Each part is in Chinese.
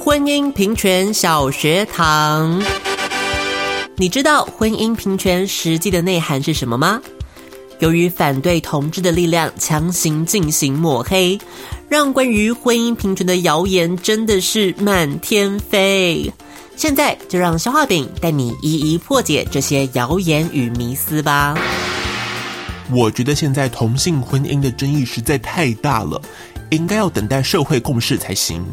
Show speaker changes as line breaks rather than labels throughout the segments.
婚姻平权小学堂。你知道婚姻平权实际的内涵是什么吗？由于反对同志的力量强行进行抹黑，让关于婚姻平权的谣言真的是满天飞。现在就让消化饼带你一一破解这些谣言与迷思吧。
我觉得现在同性婚姻的争议实在太大了，应该要等待社会共识才行。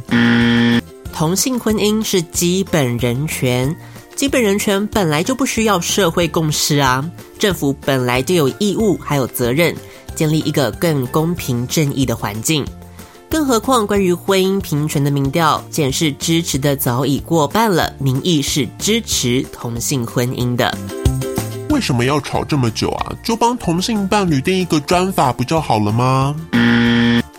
同性婚姻是基本人权，基本人权本来就不需要社会共识啊，政府本来就有义务还有责任建立一个更公平正义的环境。更何况，关于婚姻平权的民调显示，支持的早已过半了，民意是支持同性婚姻的。
为什么要吵这么久啊？就帮同性伴侣定一个专法不就好了吗？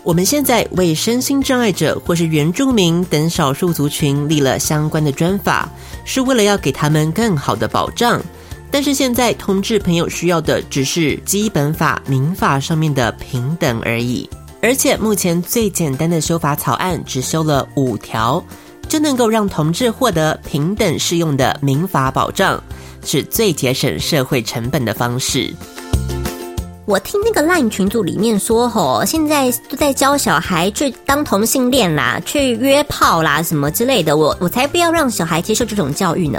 我们现在为身心障碍者或是原住民等少数族群立了相关的专法，是为了要给他们更好的保障。但是现在同志朋友需要的只是基本法、民法上面的平等而已。而且目前最简单的修法草案只修了五条，就能够让同志获得平等适用的民法保障，是最节省社会成本的方式。
我听那个 LINE 群组里面说，吼，现在都在教小孩去当同性恋啦，去约炮啦，什么之类的。我我才不要让小孩接受这种教育
嗯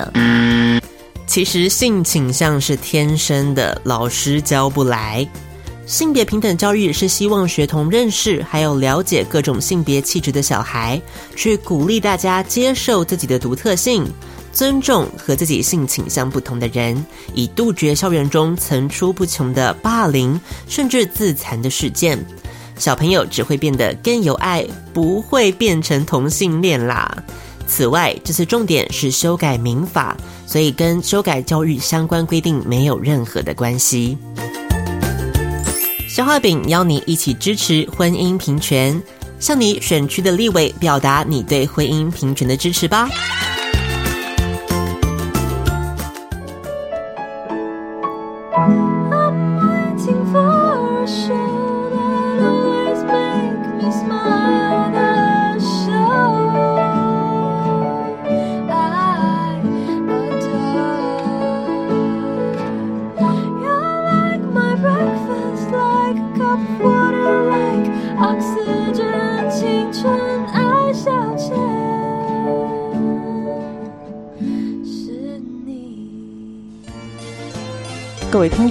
呢。
其实性倾向是天生的，老师教不来。性别平等教育是希望学童认识还有了解各种性别气质的小孩，去鼓励大家接受自己的独特性，尊重和自己性倾向不同的人，以杜绝校园中层出不穷的霸凌甚至自残的事件。小朋友只会变得更有爱，不会变成同性恋啦。此外，这次重点是修改民法，所以跟修改教育相关规定没有任何的关系。消化饼邀你一起支持婚姻平权，向你选区的立委表达你对婚姻平权的支持吧。
waiting for a show that always make me smile. The show I adore. You're like my breakfast, like a cup of water, like oxygen. 青春爱消遣，是你。
各位听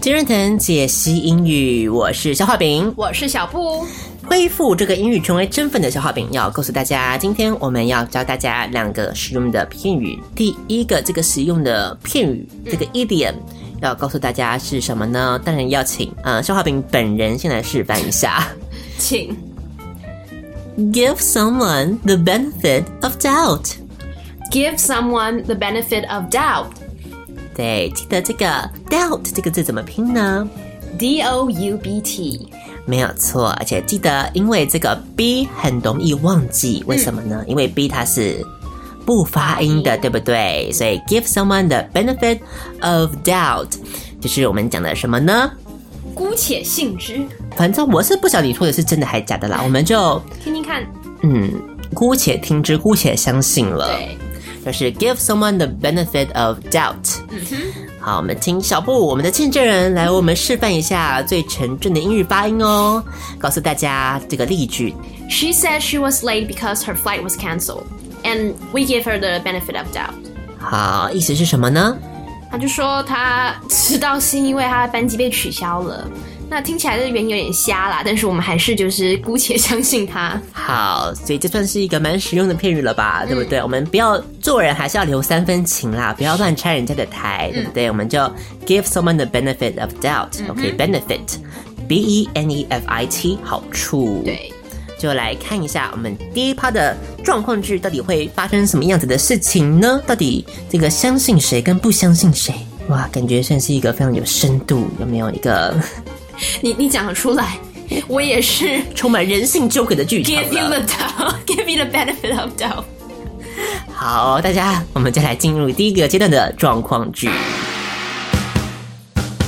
金润腾解析英语，我是消化饼。
我是小布，
恢复这个英语成为真粉的消化饼，要告诉大家，今天我们要教大家两个实用的片语。第一个，这个实用的片语，这
嗯
个 idiom，要告诉大家是什么呢？当然要请呃消化饼本人先来示范一下。
请
Give someone the benefit of doubt。
give someone the benefit of doubt.
对，记得这个 doubt 这个字怎么拼呢？
D O U B T.
没有错，而且呃记得，因为这个 b 很容易忘记，为什么呢？因为 b 它是不嗯发音的，对不对？所以 give someone the benefit of doubt，就是我们讲的什么呢？
姑且信之，
反正我是不晓得你说的是真的还是假的啦，我们就
听听看。
嗯，姑且听之，姑且相信了。
对，
就是 give someone the benefit of doubt。好，
嗯
我们请小布，我们的见证人来为我们示范一下最纯正的英语发音哦，告诉大家这个例句。
She said she was late because her flight was cancelled, and we gave her the benefit of doubt.
好，意思是什么呢？
他就说他迟到是因为他的班机被取消了。那听起来这原因有点瞎啦，但是我们还是就是姑且相信他。
好，所以这算是一个蛮实用的片语了吧，
嗯
对不对？我们不要做人还是要留三分情啦，不要乱拆人家的台，对不
嗯
对？我们就 give someone the benefit of doubt，OK，benefit、b e n e f i t 好处，
对，
就来看一下我们第一趴的状况剧到底会发生什么样子的事情呢？到底这个相信谁跟不相信谁？哇，感觉算是一个非常有深度，有没有一个
你你讲得出来，我也是
充满人性纠葛的剧场
give you
了
the doubt, give you the benefit of doubt。
好，大家，我们再来进入第一个阶段的状况剧。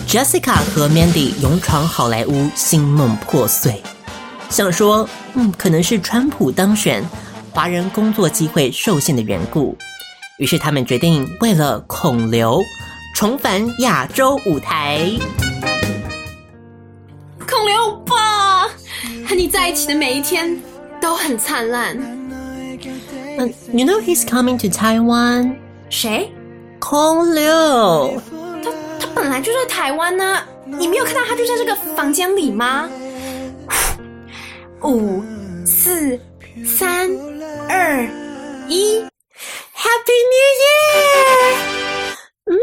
Jessica 和 Mandy 勇闯好莱坞，心梦破碎，想说，嗯，可能是川普当选，华人工作机会受限的缘故，于是他们决定为了孔刘重返亚洲舞台。
孔刘吧，和你在一起的每一天都很灿烂。
嗯、y o u know he's coming to Taiwan，
谁？
孔刘。
他他本来就在台湾呢、你没有看到他就在这个房间里吗？ 五、四、三、二、一
Happy New Year！嗯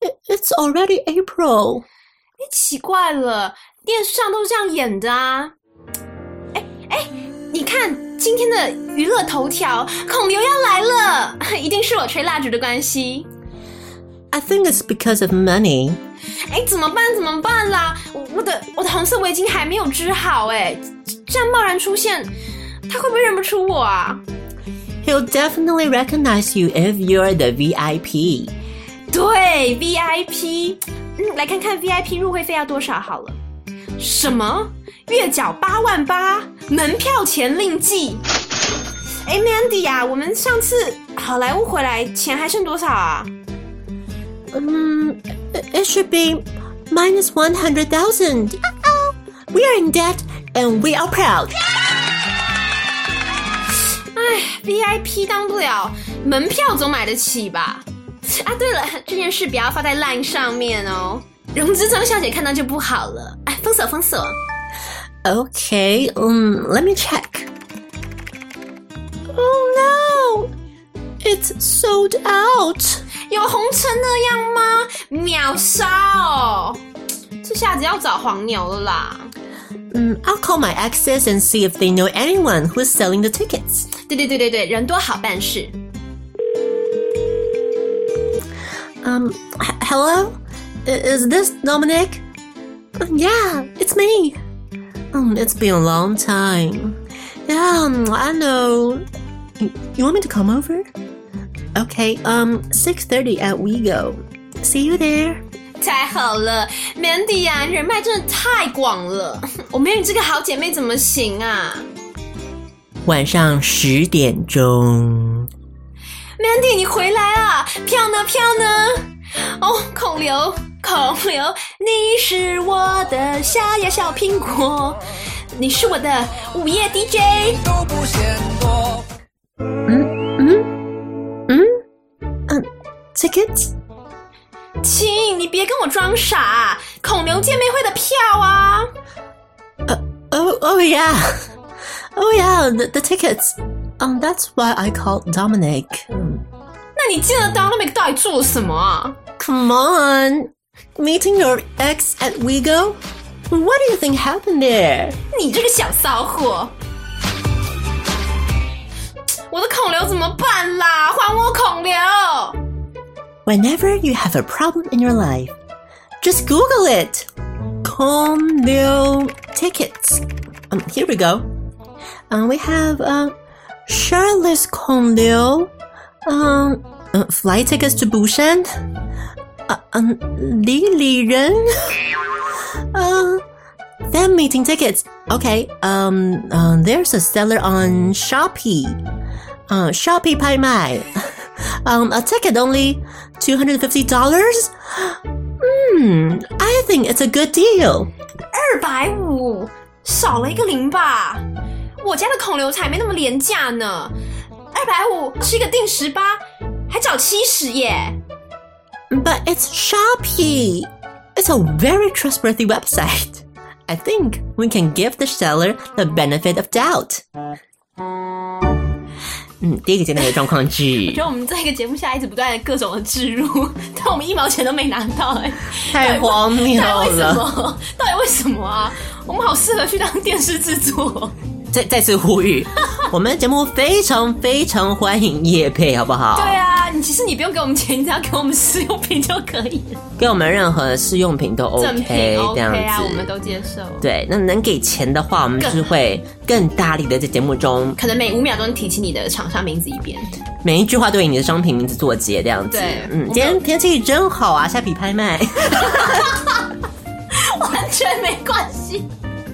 ，it-，It's already April。
哎奇怪了，电视上都是这样演的啊！哎哎，你看今天的娱乐头条，孔刘要来了， 一定是我吹蜡烛的关系。
I think it's because of money。
哎，怎么办？怎么办啦？我我的我的红色围巾还没有织好哎、这样贸然出现，他会不会认不出我啊？
He'll definitely recognize you if you're the VIP。
对，VIP，嗯，来看看 VIP 入会费要多少好了。什么？月缴八万八，门票钱另计。哎，Mandy 呀、我们上次好莱坞回来钱还剩多少啊？
嗯，It it should be minus one hundred thousand。We are in debt and we are proud。
哎，VIP 当不了，门票总买得起吧？ 啊，对了， 这件事不要发在 LINE 上面哦，荣之聪小姐看到就不好了。哎，封锁封锁。
Okay, um, let me check. Oh no! It's sold out.
有红成那样吗？秒杀哦！这下子要找黄牛了啦。
Mm, I'll call my exes and see if they know anyone who's selling the tickets.
对对对对对，人多好办事。
Um, h- hello? I- is this Dominic? "Um, Yeah, it's me. Um, it's been a long time. Yeah, um, I know. You, you want me to come over? Okay, um, 6.30 at WeGo. See you there.
太好了，Mandy 呀、人脉真的太广了， 我没有你这个好姐妹怎么行啊
晚上十点钟。
？Mandy，你回来啦！票呢？票呢？哦，孔刘，孔刘，你是我的小呀小苹果，你是我的午夜 DJ。
Tickets?
亲，你别跟我装傻，孔刘见面会的票啊！
Oh, oh yeah. Oh yeah, the, the tickets. Um, that's why I called Dominic.
那你见了 Dominic 到底做了什么啊？
Come on. Meeting your ex at WeGo? What do you think happened there?
你这个小骚货！我的孔刘怎么办啦？还我孔刘！
Whenever you have a problem in your life, just Google it. Condo tickets. Um, here we go. Um, we have um, Charlotte's condo, um, uh, flight tickets to Busan, uh, um, Lili Ren, uh, fan meeting tickets. Okay, um, um, there's a seller on Shopee. Uh, Shopee 拍卖。Um, a ticket only two hundred fifty dollars. Hmm, I think it's a good deal.
二百五，少了一个零吧？我家的孔刘才没那么廉价呢，二百五是一个定十八，还找七十耶！
But it's Shopee. It's a very trustworthy website. I think we can give the seller the benefit of doubt. 嗯，第一个阶段的状况句
觉得我们这个节目下一直不断的各种的置入，但我们一毛钱都没拿到哎、
太荒谬
到哎底为什
了！
么？ 到底为什么啊？我们好适合去当电视 制作。
再再次呼 吁，我们的节目非常非常欢迎叶配，好不好？
对啊，你其实你不用给我们钱，你只要给我们试用品就可以了，
给我们任何试用品都 OK，
赠品 OK
这样子。
啊，我们都接受。
对，那能给钱的话，我们就是会更大力的在节目中
可能每五秒钟提起你的厂商名字一遍，
每一句话对你的商品名字作结，这样子。
对
嗯，
我
今天天气真好啊，下笔拍 卖。
完全没关系，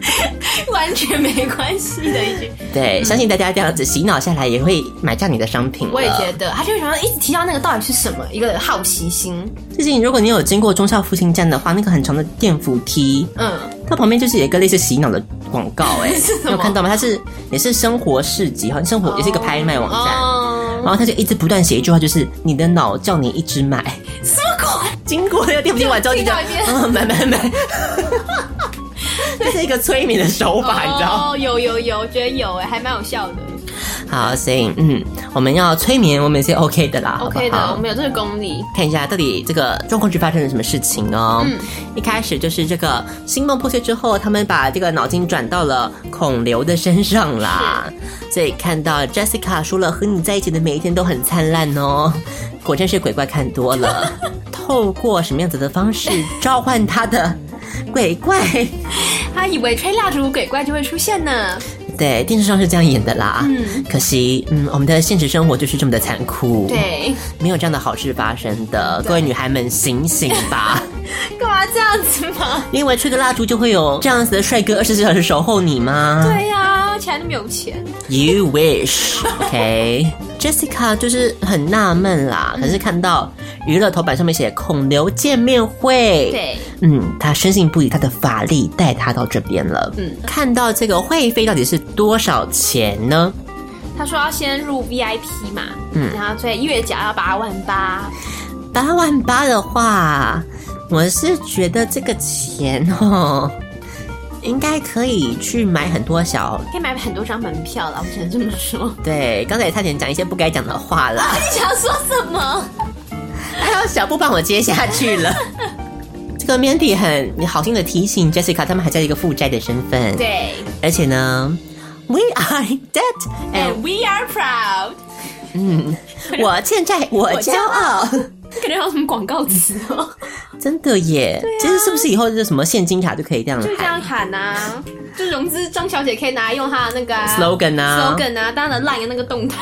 完全没关系的一句。
对，相信大家这样子洗脑下来，也会买下你的商品。
我也觉。得，他就想要一直提到那个到底是什么，一个好奇心。
最近如果你有经过中校复兴站的话，那个很长的电扶梯，
嗯，
它旁边就是有一个类似洗脑的广告、哎，
是 什
你
么
有看到吗？它是也是生活市集，好像生活、也是一个拍卖网站。
哦，
然后他就一直不断写一句话，就是你的脑叫你一直买。
什么鬼？
经过那个电扶梯完之后，就这样
就听到一遍
嗯买买买，这是一个催眠的手法，你知道吗？
哦，有有有，觉得有哎，还蛮有效的。
好，所以嗯，我们要催眠，我们也是 OK 的啦
OK
好不
的，
好
我们有这个功力。
看一下到底这个状况是发生了什么事情哦。
嗯
一开始就是这个心梦破碎之后，他们把这个脑筋转到了孔刘的身上啦。所以看到 Jessica 说了，和你在一起的每一天都很灿烂哦，果真是鬼怪看多了。透过什么样子的方式召唤他的鬼怪？
他以为吹蜡烛鬼怪就会出现呢。
对，电视上是这样演的啦。嗯，可惜，嗯，我们的现实生活就是这么的残酷。。
对，
没有这样的好事发生的，各位女孩们醒醒吧！
干嘛这样子嘛？
因为吹个蜡烛就会有这样子的帅哥二十四小时守候你吗？
对呀、而且还那么有钱。
You wish. OK. Jessica 就是很纳闷啦，
嗯
可是看到娱乐头版上面写孔刘见面会，，
对，
嗯，她深信不疑，她的法力带她到这边了。嗯
嗯，
看到这个会费到底是多少钱呢？
他说要先入 VIP 嘛，
嗯
然后所以月缴要八万八，
八万八的话，我是觉得这个钱哦，应该可以去买很多小。
可以买很多张门票啦，我只能这么说。
对，刚才也差点讲一些不该讲的话了，
你想说什么？
还有小布帮我接下去了。这个 Mandy 很好心的提醒 Jessica，他们还在一个负债的身份。，
对
而且呢，We are debt，哎、
，And we are proud。
我欠债，我骄傲。
感觉好像什么广告词 哦，
真的耶，其实是不是以后这什么现金卡就可以这样
就这
喊
样喊啊，就融资张小姐可以拿来用她的那个啊
slogan 啊
slogan 啊，当然烂的那个动态。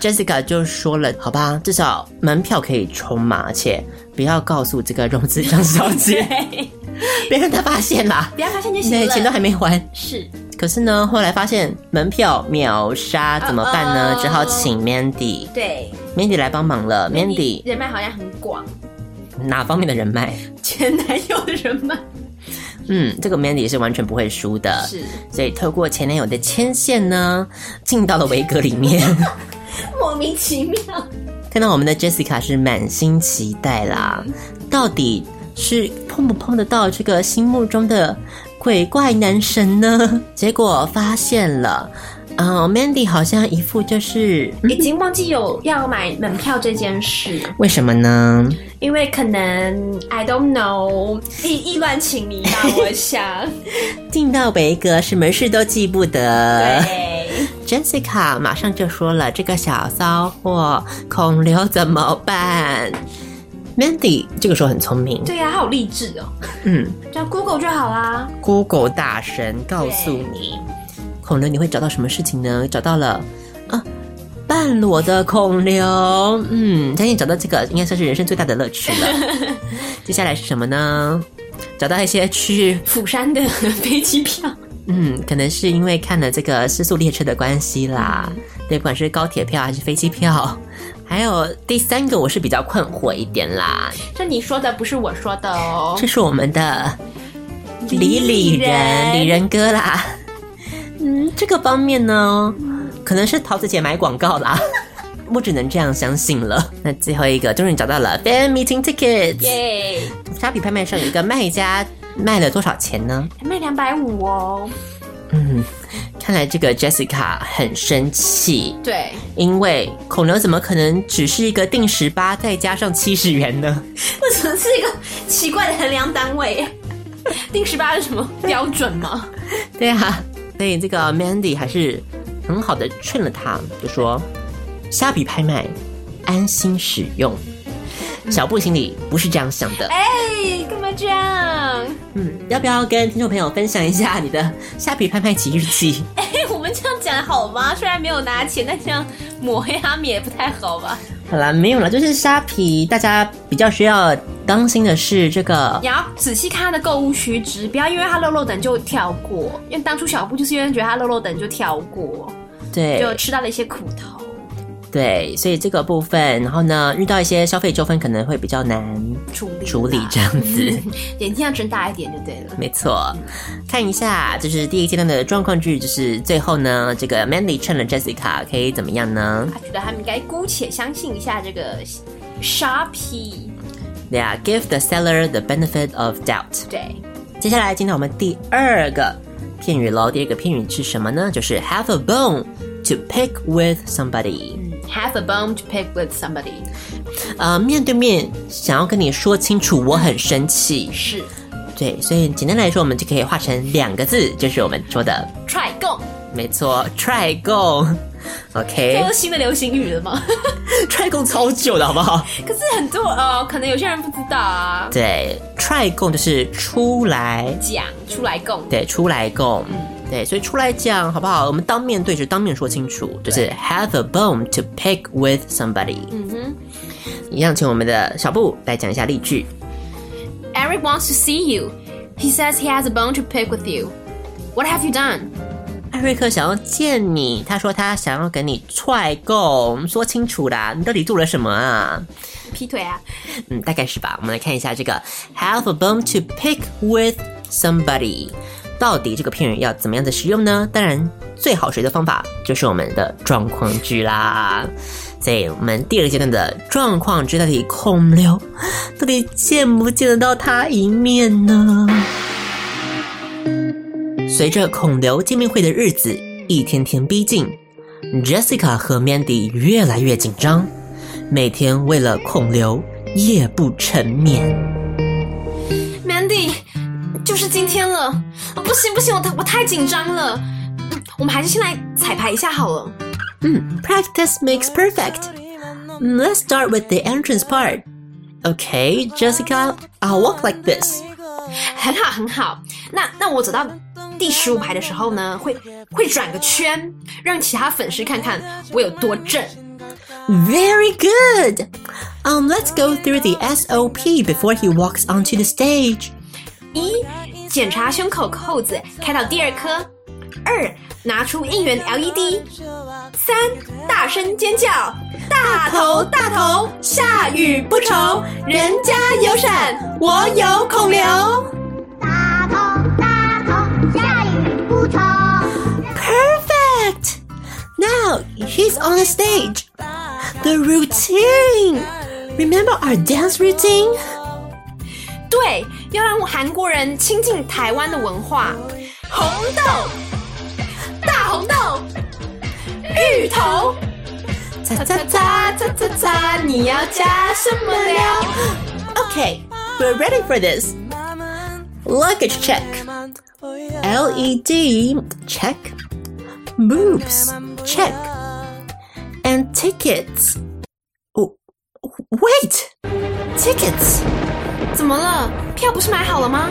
Jessica 就说了，好吧，至少门票可以充嘛，而且不要告诉这个融资张小姐，
对，
别让她发现啦。
不要发现就行
对，
了。
钱都还没还。
是
可是呢，后来发现门票秒杀，怎么办呢？
哦
只好请 Mandy，Mandy
对
来帮忙了。
你
Mandy
人脉好像很广，
哪方面的人脉？
前男友的人脉
嗯，这个 Mandy 是完全不会输的。
是，
所以透过前男友的牵线呢，进到了维格里面。
莫名其妙。
看到我们的 Jessica 是满心期待啦，
嗯
到底是碰不碰得到这个心目中的鬼怪男神呢？ 结果发现了，啊、m a n d y 好像一副就是、嗯
已经忘记有要买门票这件事，
为什么呢？
因为可能 I don't know 意意乱情迷 吧，我想。
进到维格什么事都记不得。
对，
Jessica 马上就说了：“这个小骚货孔刘怎么办？”Mandy 这个时候很聪明，
对呀、啊，好励志哦，
嗯，
叫 Google 就好啦。
Google 大神告诉你，孔刘你会找到什么事情呢？找到了啊，半裸的孔刘，嗯，相信找到这个应该算是人生最大的乐趣了。 接下来是什么呢？找到一些去，
釜山的飞机票，
嗯，可能是因为看了这个《失速列车》的关系啦，对，不管是高铁票还是飞机票，还有第三个我是比较困惑一点啦，
这你说的不是我说的哦
这。是我们的李李
李
仁
仁
李仁哥啦。嗯，这个方面呢，可能是桃子姐买广告啦。我只能这样相信了。那最后一个终于找到了 fan meeting tickets，
耶、
虾皮拍卖上有一个卖家卖了多少钱呢？
还卖两百五哦。
看来这个 Jessica 很生气，
对，
因为孔刘怎么可能只是一个定时八再加上七十元呢？
为什么是一个奇怪的衡量单位？定十八是什么标准吗？
对啊，所以这个 Mandy 还是很好的劝了他，就说虾皮拍卖安心使用。小布心里不是这样想的，
哎、干嘛这样？
嗯，要不要跟听众朋友分享一下你的虾皮拍卖奇遇记？
哎、我们这样讲好吗？虽然没有拿钱，但这样抹黑他们也不太好吧？
好啦，没有啦，就是虾皮，大家比较需要当心的是这个
你，要仔细看他的购物须知，不要因为他漏漏等就跳过。因为当初小布就是因为觉得他漏漏等就跳过，
对，
就吃到了一些苦头。
对，所以这个部分，然后呢，遇到一些消费纠纷可能会比较难
处理啦
处理这样子，
眼睛要睁大一点就对了。
没错。看一下，就是第一阶段的状况剧，就是最后呢，这个 Mandy 劝了 Jessica 可以怎么样呢？
他啊觉得他们应该姑且相信一下这个 Sharpie，
对啊，give the seller the benefit of doubt。
对，
接下来进到我们第二个片语喽，第二个片语是什么呢？就是 have a bone to pick with somebody。
嗯，have a bone to pick with somebody，
呃，面对面想要跟你说清楚，我很生气。
是
对，所以简单来说，我们就可以画成两个字，就是我们说的，
try go，
没错，try go。
这
OK，
是新的流行语了吗？
try go 超久的好不好？
可是很多呃，可能有些人不知道啊，
对，try go 就是出来，
讲出来 go，
对，出来 go。对，所以出来讲好不好？我们当面对着，当面说清楚，就是 have a bone to pick with somebody。嗯哼，一样，请我们的小布来讲一下例句。
Eric wants to see you. He says he has a bone to pick with you. What have you done?
艾瑞克想要见你，他说他想要跟你踹够，说清楚啦，你到底做了什么啊？
劈腿啊！
嗯，大概是吧。我们来看一下这个 have a bone to pick with somebody，到底这个片语要怎么样的使用呢？当然，最好学的方法就是我们的状况句啦。所以我们第二个阶段的状况句到底空流，到底见不见得到他一面呢？随着孔刘见面会的日子一天天逼近，Jessica 和 Mandy 越来越紧张，每天为了孔刘夜不成眠。
Mandy，就是今天了。哦不行不行，我太我太紧张了。嗯我们还是先来彩排一下好了。
Practice makes perfect. Let's start with the entrance part. Okay, Jessica, I'll walk like this.
很好很好。那那我走到第十五排的时候呢，会会转个圈，让其他粉丝看看我有多正。
Very good. Um, let's go through the SOP before he walks onto the stage.
一，检查胸口扣子，开到第二颗；二，拿出应援 LED；三，大声尖叫，大头大头，下雨不愁，人家有伞，我有孔刘。
大头大头，下雨不愁。
Perfect. Now he's on the stage. The routine. Remember our dance routine?
对，要让韩国人亲近台湾的文化。红豆，大红豆，芋头，
Ta
擦
ta
擦擦擦擦，你要加什么料？
Okay, we're ready for this. Luggage check. LED check. Boobs check. And tickets. Oh, wait! Tickets?
怎么了？票不是买好了吗？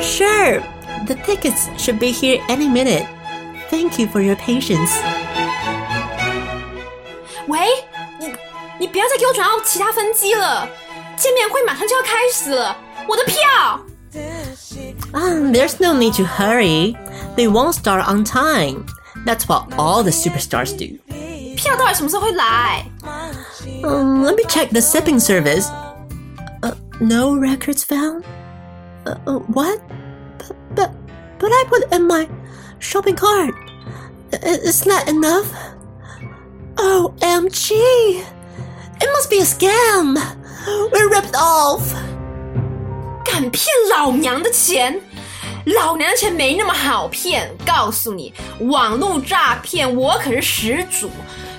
Sure, the tickets should be here any minute. Thank you for your patience.
喂，你你不要再给我转到其他分机了，见面会马上就要开始了，我的票。
Um, there's no need to hurry. They won't start on time. That's what all the superstars do.
票到底什么时候会来？
Um, let me check the sipping service. Uh, no records found? Uh, uh, what? But, but, but I put in my shopping cart. I- Is that enough? OMG! It must be a scam! We're ripped off!
敢骗老娘的钱？老娘的钱没那么好骗，告诉你，网络诈骗我可是始祖。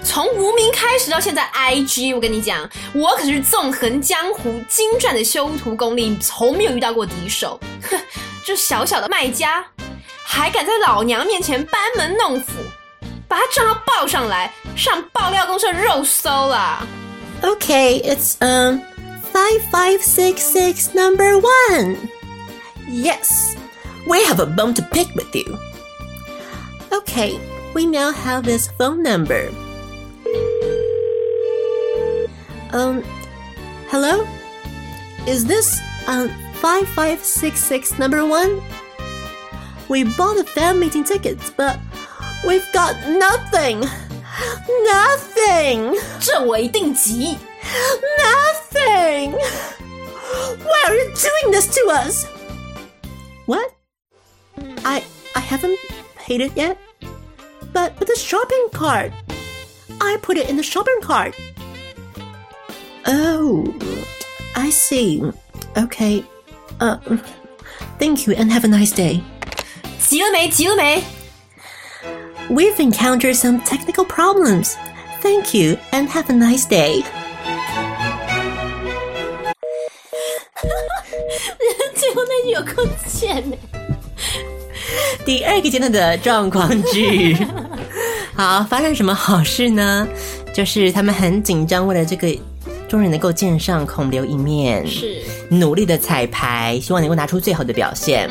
从无名开始到现在，IG，我跟你讲，我可是纵横江湖、精湛的修图功力，从没有遇到过敌手。 哼，这小小的卖家，还敢在老娘面前班门弄斧，把他账号报上来，上爆料公社肉搜啊啦！
Okay, it's um 5566 number 1. Yes. We have a bone to pick with you. Okay, we now have this phone number. Um hello? Is this um 5566 number 1? We bought a fan meeting tickets, but we've got nothing. Nothing.
这我一定急。
Nothing! Why are you doing this to us? What? I I haven't paid it yet. But with the shopping cart. I put it in the shopping cart. Oh, I see. Okay. Uh, thank you and have a nice day.
急了没？急了没？
We've encountered some technical problems. Thank you and have a nice day.
最后那句有够欠的。
第二个阶段的状况剧。好，发生什么好事呢？就是他们很紧张，为了这个终于能够见上孔刘一面，
是
努力的彩排，希望能够拿出最好的表现。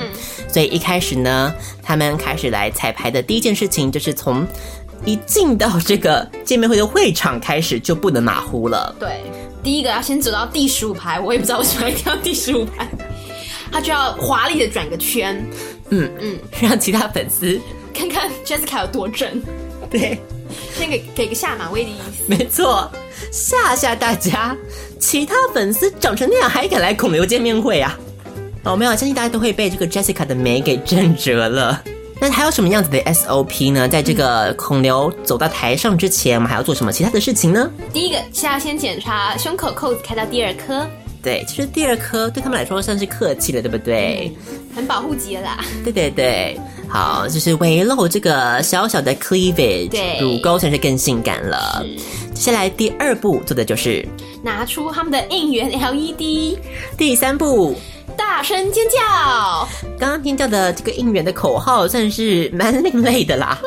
所以一开始呢，他们开始来彩排的第一件事情，就是从一进到这个见面会的会场开始就不能马虎了。
对，第一个要先走到第十五排，我也不知道为什么一定要第十五排，他就要华丽的转个圈，
让其他粉丝
看看 Jessica 有多正，
对，
先给给个下马威的意思。
没错，吓吓大家，其他粉丝长成那样还敢来孔刘见面会啊？哦，没有，相信大家都会被这个 Jessica 的美给震折了。那还有什么样子的 SOP 呢？在这个孔刘走到台上之前，我们还要做什么其他的事情呢？
第一个是要先检查胸口扣子开到第二颗，
对，其实第二颗对他们来说算是客气了，对不对？
很保护级了啦。
对对对，好，就是围露这个小小的 cleavage，
对
乳沟才是更性感了。接下来第二步做的就是
拿出他们的应援 LED，
第三步，
大声尖叫，
刚刚听到的这个应援的口号算是蛮另类的 啦。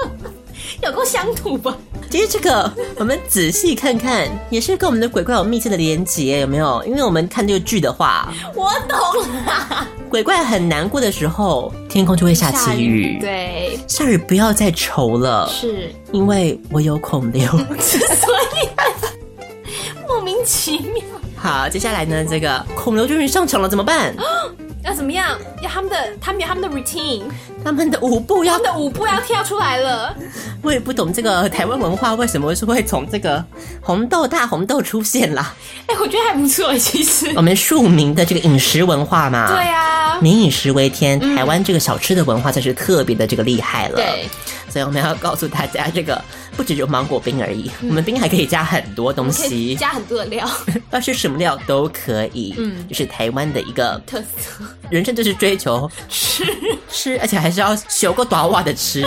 有够乡土吧？
其实这个我们仔细看看，也是跟我们的鬼怪有密切的连结，有没有？因为我们看这个剧的话，
我懂了，
鬼怪很难过的时候，天空就会下起雨。，
对，
下雨不要再愁了，
是，
因为我有孔流。
所以莫名其妙。
好，接下来呢，这个孔流终于上场了，怎么 办？
要怎么样？要他们的，他们有他们的 routine，
他们的舞步
他
要
们的舞步要跳出来了。
我也不懂这个台湾文化为什么是会从这个红豆大红豆出现啦。
哎、我觉得还不错，其实。
我们庶民的这个饮食文化嘛，
对啊，
民以食为天，台湾这个小吃的文化才是特别的这个厉害了。
对，
所以我们要告诉大家，这个不只有芒果冰而已，我们冰还可以加很多东
嗯可以
西，
加很多的料，
要吃什么料都可以。嗯，就是台湾的一个
特色
人生，就是追求
吃。
吃，而且还是要修个短袜的 吃。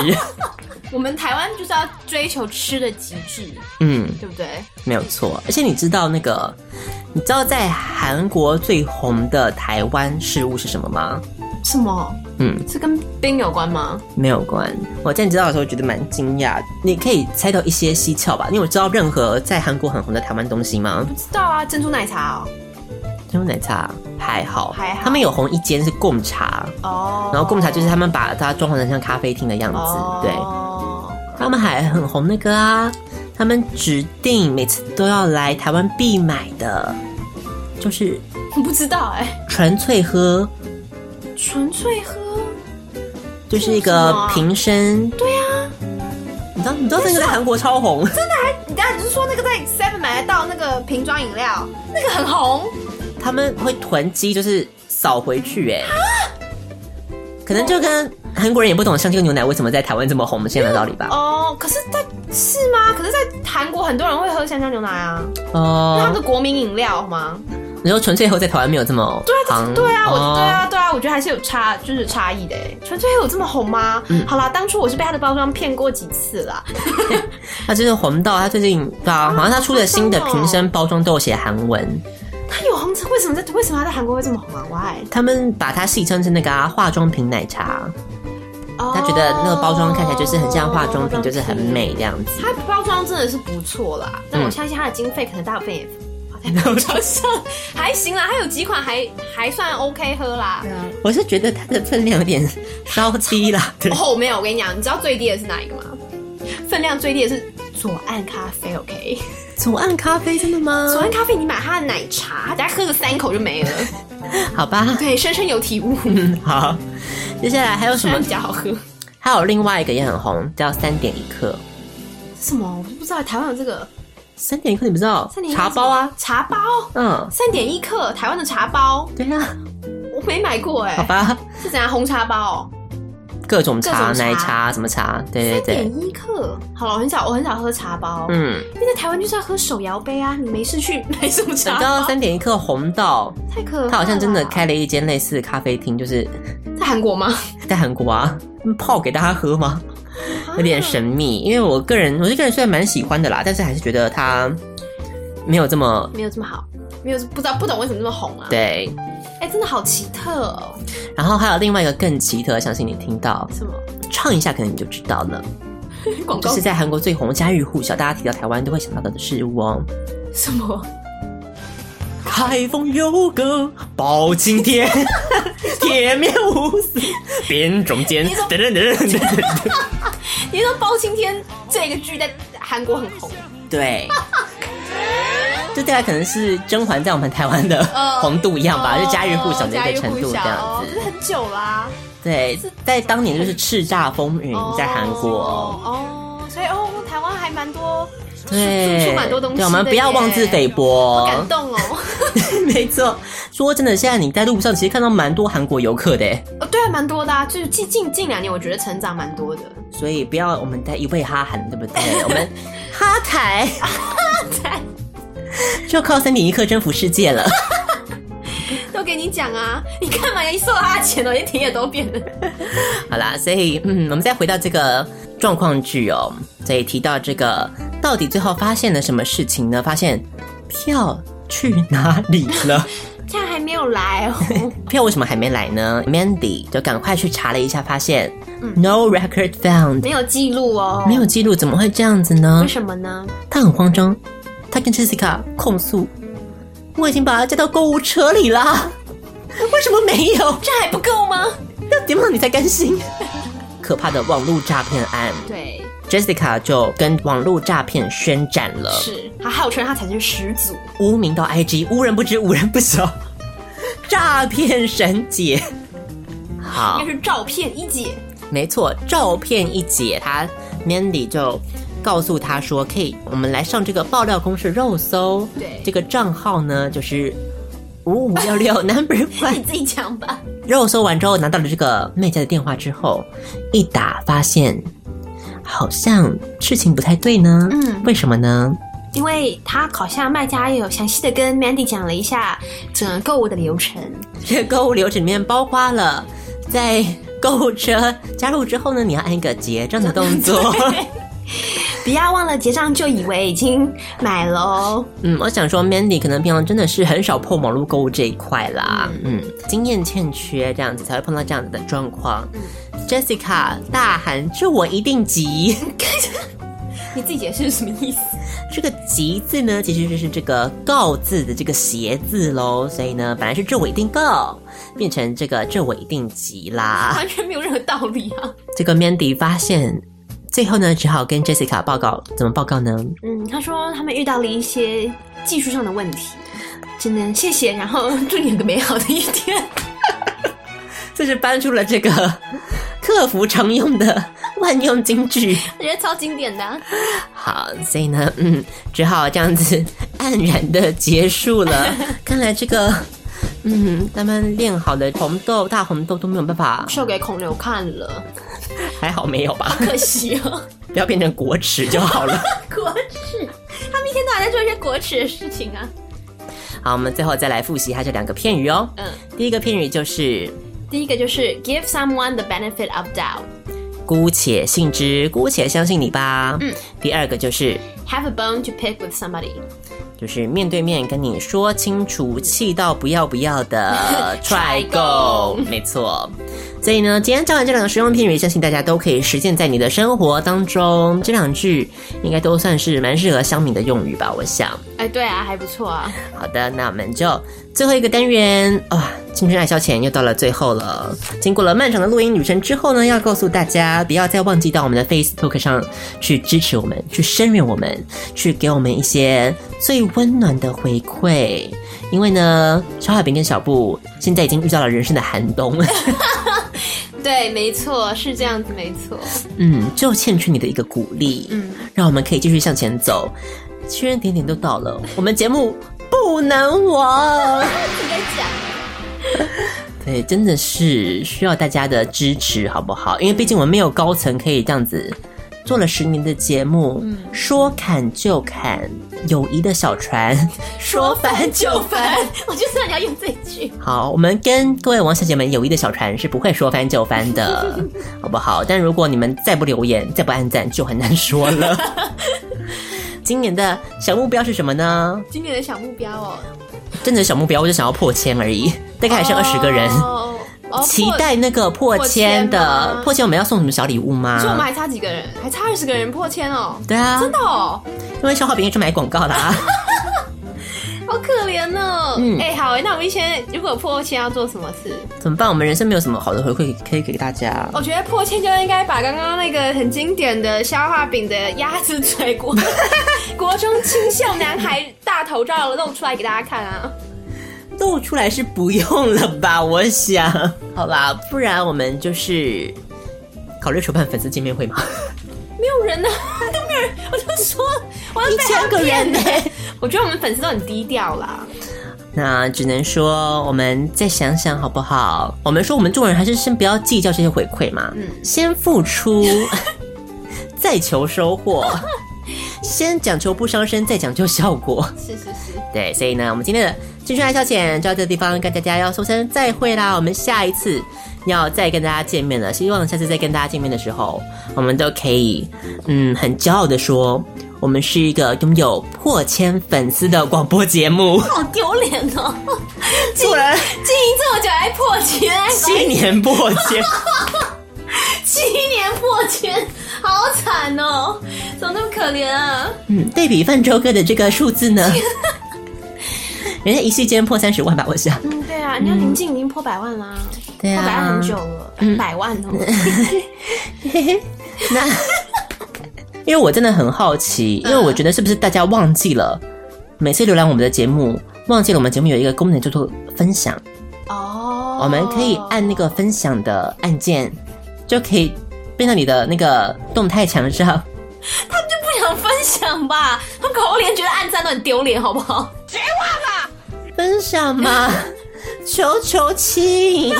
我们台湾就是要追求吃的极致，
嗯，
对不对？
没有错。而且你知道那个，你知道在韩国最红的台湾事物是什么吗？
什么？
嗯，
是跟冰有关吗？
没有关。我在你知道的时候觉得蛮惊讶，你可以猜到一些蹊跷吧？因为我知道任何在韩国很红的台湾东西吗？
不知道啊，珍珠奶茶哦。
珍珠奶茶还好，
还好
他们有红一间是贡茶，
哦
然后贡茶就是他们把它装潢成像咖啡厅的样子，对。
对，
他们还很红那个啊，他们指定每次都要来台湾必买的，就是
我不知道哎、
纯粹喝，
纯粹喝
就是一
这
个
是什么啊
瓶身。对呀、啊，你知道你知道那个在韩国超红，
你刚才不是说那个在 Seven 买得到那个瓶装饮料，那个很红，
他们会囤积，就是扫回去、哎，
啊
可能就跟韩国人也不懂像这个牛奶为什么在台湾这么红，现在的道理吧。
哦，哦，可是在，是吗？可是，在韩国很多人会喝香蕉牛奶啊，那、他
哦
们的，国民饮料好吗？
你说纯粹喝在台湾没有这么
对啊，
行
对啊，我
哦
对啊，对啊，我觉得还是有差，就是差异的欸。纯粹有这么红吗？
嗯
好啦，当初我是被它的包装骗过几次啦。
他真的红到他最近对啊，好像他出的新的瓶身包装都有写韩文，
它有红，为什么在为什么它在韩国会这么红啊？Why？
他们把它戏称是那个、啊、化妆品奶茶，他觉得那个包装看起来就是很像化
哦
妆品，就是很美这样子。
它包装真的是不错啦，但
嗯
我相信它的经费可能大部分 也花在包装上，还行啦。它有几款还还算 OK 喝啦。
我是觉得它的分量有点稍低啦，对，
哦，没有，我跟你讲，你知道最低的是哪一个吗？分量最低的是左岸咖啡，OK？
左岸咖啡真的吗
左岸咖啡，你买它的奶茶，大家喝个三口就没了。
好吧，
对，深深有体悟，
好，接下来还有什
虽然
么
比？较好喝。
还有另外一个也很红，叫三点一刻。
什么？我都不知道台湾有这个
三点一刻你不知道
三？点一克
茶包啊，，
茶包，
嗯，
三点一克，台湾的茶包，
对 啊，
我没买过哎、
好吧，
是怎样红茶包、哦？
各种茶，
各种茶
奶茶什么茶，对对
三
对，
点一克，好了，我很少，我很少喝茶包，
嗯，
因为在台湾就是要喝手摇杯啊，你没事去 买什么
你
茶
知道
包？
三点一刻红到
太可怕了，
他好像真的开了一间类似咖啡厅，就是
在韩国吗？
在韩国啊，泡给大家喝吗？
啊
有点神秘，因为我个人，我这个人虽然蛮喜欢的啦，但是还是觉得他没有这么
没有这么好，没有不知道不懂为什么这么红啊？，
对。
哎、真的好奇特哦，
然后还有另外一个更奇特，相信你听到，
什么
唱一下可能你就知道了，
广
就
告
是在韩国最红、家喻户晓，大家提到台湾都会想到的是王
什么？
开封有个包青 天，铁面无私，编中间，等等等等等等，
你说包青天这个剧在韩国很红，
对。就大概可能是甄嬛在我们台湾的红度一样吧，就家喻户晓的一个程度这样
哦哦家喻户晓哦
子
这。是很久啦、
对，在当年就是叱咤风云，嗯在韩国。
哦，哦所以哦，台湾还蛮多，出
对，
出蛮多东西的
对，
耶
我们不要妄自菲
好
薄。
感动哦。
没错，说真的，现在你在路上其实看到蛮多韩国游客的耶，
哦，对啊，蛮多的啊，就是近近近两年，我觉得成长蛮多的。
所以不要我们在一味哈韩，对不对？我们哈台，哈台，就靠三点一刻征服世界了。
都给你讲啊，你干嘛一收他的钱哦，连听也都 变了。
好啦，所以嗯，我们再回到这个状况剧哦，所以提到这个到底最后发现了什么事情呢？发现票去哪里了？
这样还没有来哦，
票为什么还没来呢？Mandy 就赶快去查了一下，发现、no record found，
没有记录哦，
没有，记录，怎么会这样子呢
为？什么呢？
他很慌张，他跟 Jessica 控诉，我已经把他加到购物车里 啦，为什么没有？
这还不够吗？
这点让你才甘心？ 可怕的网络诈骗案。
对，
Jessica 就跟网络诈骗宣战了，
是他号称他才是始祖，
无名到 IG，无人不知，无人不晓，诈骗神姐。好
应该，是照片一姐，
没错，照片一解，她 Mandy 就告诉她说，可以，我们来上这个爆料公式肉搜，
对
这个账号呢就是五五六 六 number
你
one。
自己讲吧。
肉搜完之后，拿到了这个妹家的电话之后，一打发现好像事情不太对呢，
嗯
为什么呢？
因为他好像卖家也有详细的跟 Mandy 讲了一下整个购物的流程，
这个购物流程里面包括了在购物车加入之后呢，你要按一个结账的动 作。
不要忘了结账就以为已经买 了哦。
嗯，我想说，Mandy 可能平常真的是很少碰网络购物这一块啦，嗯，经验欠缺这样子才会碰到这样子的状况。Jessica 嗯大喊：“这我一定急！”
你自己解释是什么意思？
这个“急”字呢，其实就是这个“告”字的这个斜字喽，所以呢，本来是“这我一定告”，变成这个“这我一定急”啦。
完全没有任何道理啊！
这个 Mandy 发现，最后呢，只好跟 Jessica 报告。怎么报告呢？
嗯，他说他们遇到了一些技术上的问题，只能谢谢，然后祝你有个美好的一天。
这是搬出了这个 客服常用的 万用金句。
我觉得超经典的啊、
好，所以呢， 嗯，只好这样子黯然的结束了。 看来这个，嗯，他们练好的红豆大红豆都没有办法
秀给孔刘看了，
还好没有吧？
可惜哦，
不要变成国耻就好 了。
国耻，他们一天到晚在做一些国耻的事情啊。
好，我们最后再来复习它这两个片语哦。
嗯，
第一个片语就是
第一个就是 give someone the benefit of doubt，have
姑且信之，姑且相信你吧。
嗯，
第二个就是
a bone to pick with somebody，
就是面对面跟你说清楚，气到不要不要的
Try
try go，没错。所以呢，今天教完这两个实用片语，相信大家都可以实践在你的生活当中。这两句应该都算是蛮适合乡民的用语吧，我想。
哎，对啊，还不错啊。
好的，那我们就最后一个单元啊、青春爱消遣又到了最后了。经过了漫长的录音旅程之后呢，要告诉大家，不要再忘记到我们的 Facebook 上去支持我们，去声援我们，去给我们一些最温暖的回馈。因为呢，小海饼跟小布现在已经遇到了人生的寒冬，
对，没错，是这样子，没错。
嗯，就欠缺你的一个鼓励，
嗯，
让我们可以继续向前走。虽然点点都到了，我们节目不能亡。
应该讲，
对，真的是需要大家的支持，好不好？因为毕竟我们没有高层可以这样子做了十年的节目，说砍就砍，友谊的小船说翻就翻。
我就知道你要用这一句。
好，我们跟各位王小姐们，友谊的小船是不会说翻就翻的，好不好？但如果你们再不留言，再不按赞，就很难说了。今年的小目标是什么呢？
今年的小目标哦，
真的小目标，我就想要破千而已，大概还剩二十个人。
哦，哦
期待。那个破千的
破千吗
破千，我们要送什么小礼物吗
破就我们？还差几个人，还差二十个人破千哦，
对啊，
真的哦，
因为小好饼也去买广告啦、
好可怜哦。
嗯
哎，好，那我们一千如果破千要做什么事？哦
怎么办？我们人生没有什么好的回馈可以给大家。
我觉得破千就应该把刚刚那个很经典的消化饼的鸭子嘴国国中青秀男孩大头照露出来给大家看啊！
露出来是不用了吧？我想，好吧，不然我们就是考虑筹办粉丝见面会嘛。
没有人呢、都没有人，我就说我要
一
被他
千个人
骗
呢、
的。我觉得我们粉丝都很低调啦，
那只能说我们再想想好不好？我们说我们做人还是先不要计较这些回馈嘛，
嗯
先付出，再求收 获，先讲求不伤身，再讲究效果。
是是是，
对，所以呢，我们今天的青春爱消遣就到这个地方，跟大家要说声再会啦。我们下一次要再跟大家见面了，希望下次再跟大家见面的时候，我们都可以嗯很骄傲的说，我们是一个拥有破千粉丝的广播节目，
好丢脸哦！
做人
经营这么久还破千，
七年破千，
七年破千，好惨哦！怎么那么可怜啊？
嗯，对比泛舟哥的这个数字 呢，人家一夕间破三十万吧，我想。
嗯，对啊，人家林静已经破百万啦，
对啊嗯
破百万很久了，百万哦。
那，因为我真的很好奇，
嗯
因为我觉得是不是大家忘记了，每次浏览我们的节目，忘记了我们节目有一个功能叫做分享，
哦，
我们可以按那个分享的按键，就可以变到你的那个动态墙上。
不想分享吧？他们搞不好连觉得按赞都很丢脸，好不好？
分享 嘛，求求亲！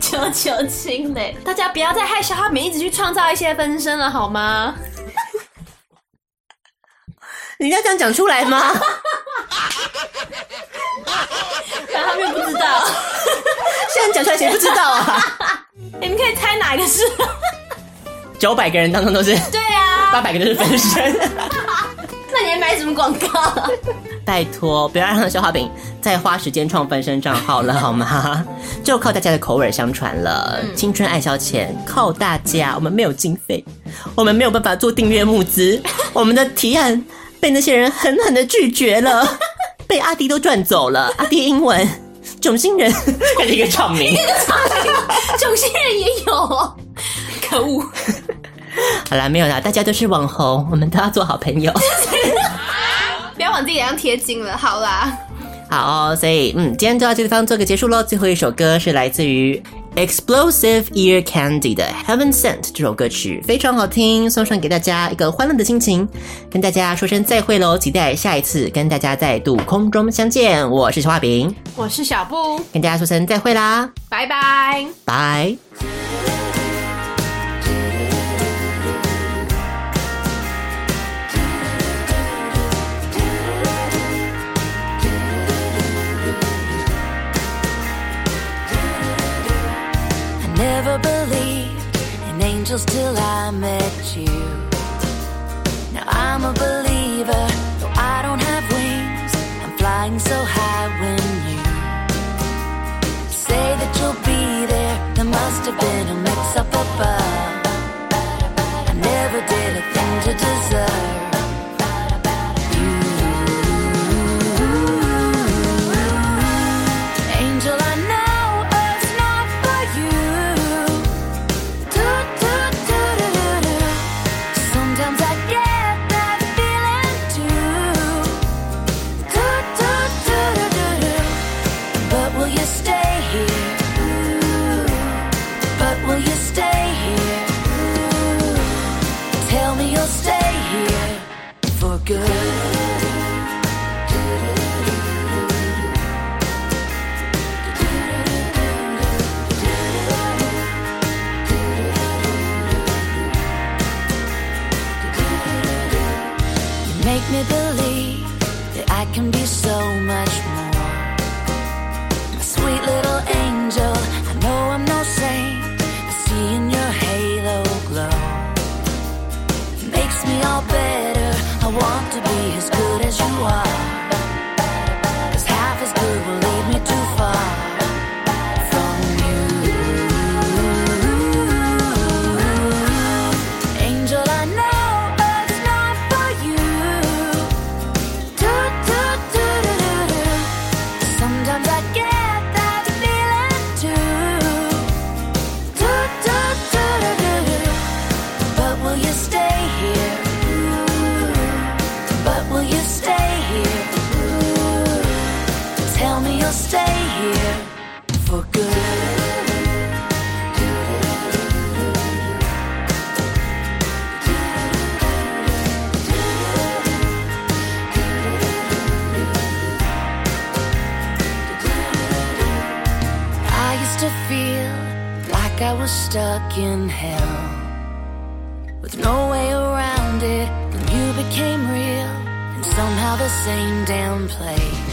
求求亲嘞！大家不要再害小哈米一直去创造一些分身了，好吗？
你要这样讲出来吗？
然后他们又不知 道，
现在讲出来谁不知道啊？
你们可以猜哪一个是？
九百个人当中都是
对啊，
八百个都是分身。
那你还买什么广告啊？
拜托，不要让小花饼再花时间创分身账号了，好吗？ 就靠大家的口耳相传了。青春爱消遣，靠大家，我们没有经费，我们没有办法做订阅募 资，我们的提案被那些人狠狠的拒绝了， 被阿迪都赚走了。阿迪英 文，囧星 人，这是一个唱名。
种姓人也有哦，可恶！
好啦，没有啦，大家都是网红，我们都要做好朋友。
不要往自己脸上贴金了，好啦。
好、哦，所以嗯，今天就到这个地方做个结束喽。最后一首歌是来自于 Explosive Ear Candy 的《Heaven Sent》这首歌曲，非常好听，送上给大家一个欢乐的心情，跟大家说声再会喽，期待下一次跟大家再度空中相见。我是小画饼，
我是小布，
跟大家说声再会啦，
拜拜。
拜。
「
never believed in angels till I met you. Now I'm a believer, though I don't have wings. I'm flying so high when you say that you'll be there. There must have been a mix up above. I never did a thing to deserve. Angel, I know it's not for you. Do do do do do do. Sometimes I get that feeling too. Do do do do do do. But will you stay here? Ooh. But will you stay here? Ooh. Tell me you'll stay here for good. You make me believe that I can be so much more. My sweet little angel, I know I'm no saint, but seeing your halo glow makes me all better. I want to be as good as you are. 'Cause half as good will lead me too far from you. Angel, I know it's not for you. Do, do, do, do, do, do. Sometimes I get that feeling too. Do, do, do, do, do, do. But will you stay here? Ooh. But will you stay here? Ooh. Tell me you'll stay here for good. I used to feel like I was stuck in hell with no way around it. Then you became real, and somehow the same damn place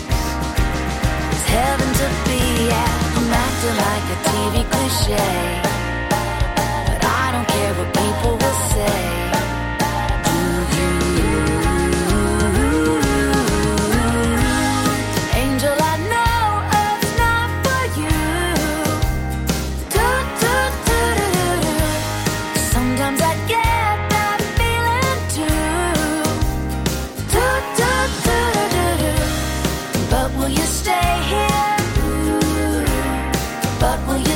is heaven to be at. I'm acting like a TV cliche, but I don't care what people will say. Do you? Angel, I know it's not for you. Do, do, do, do, do, do. Sometimes I get that feeling too. Do, do, do, do, do, do. But will you stay here? Ooh. But will you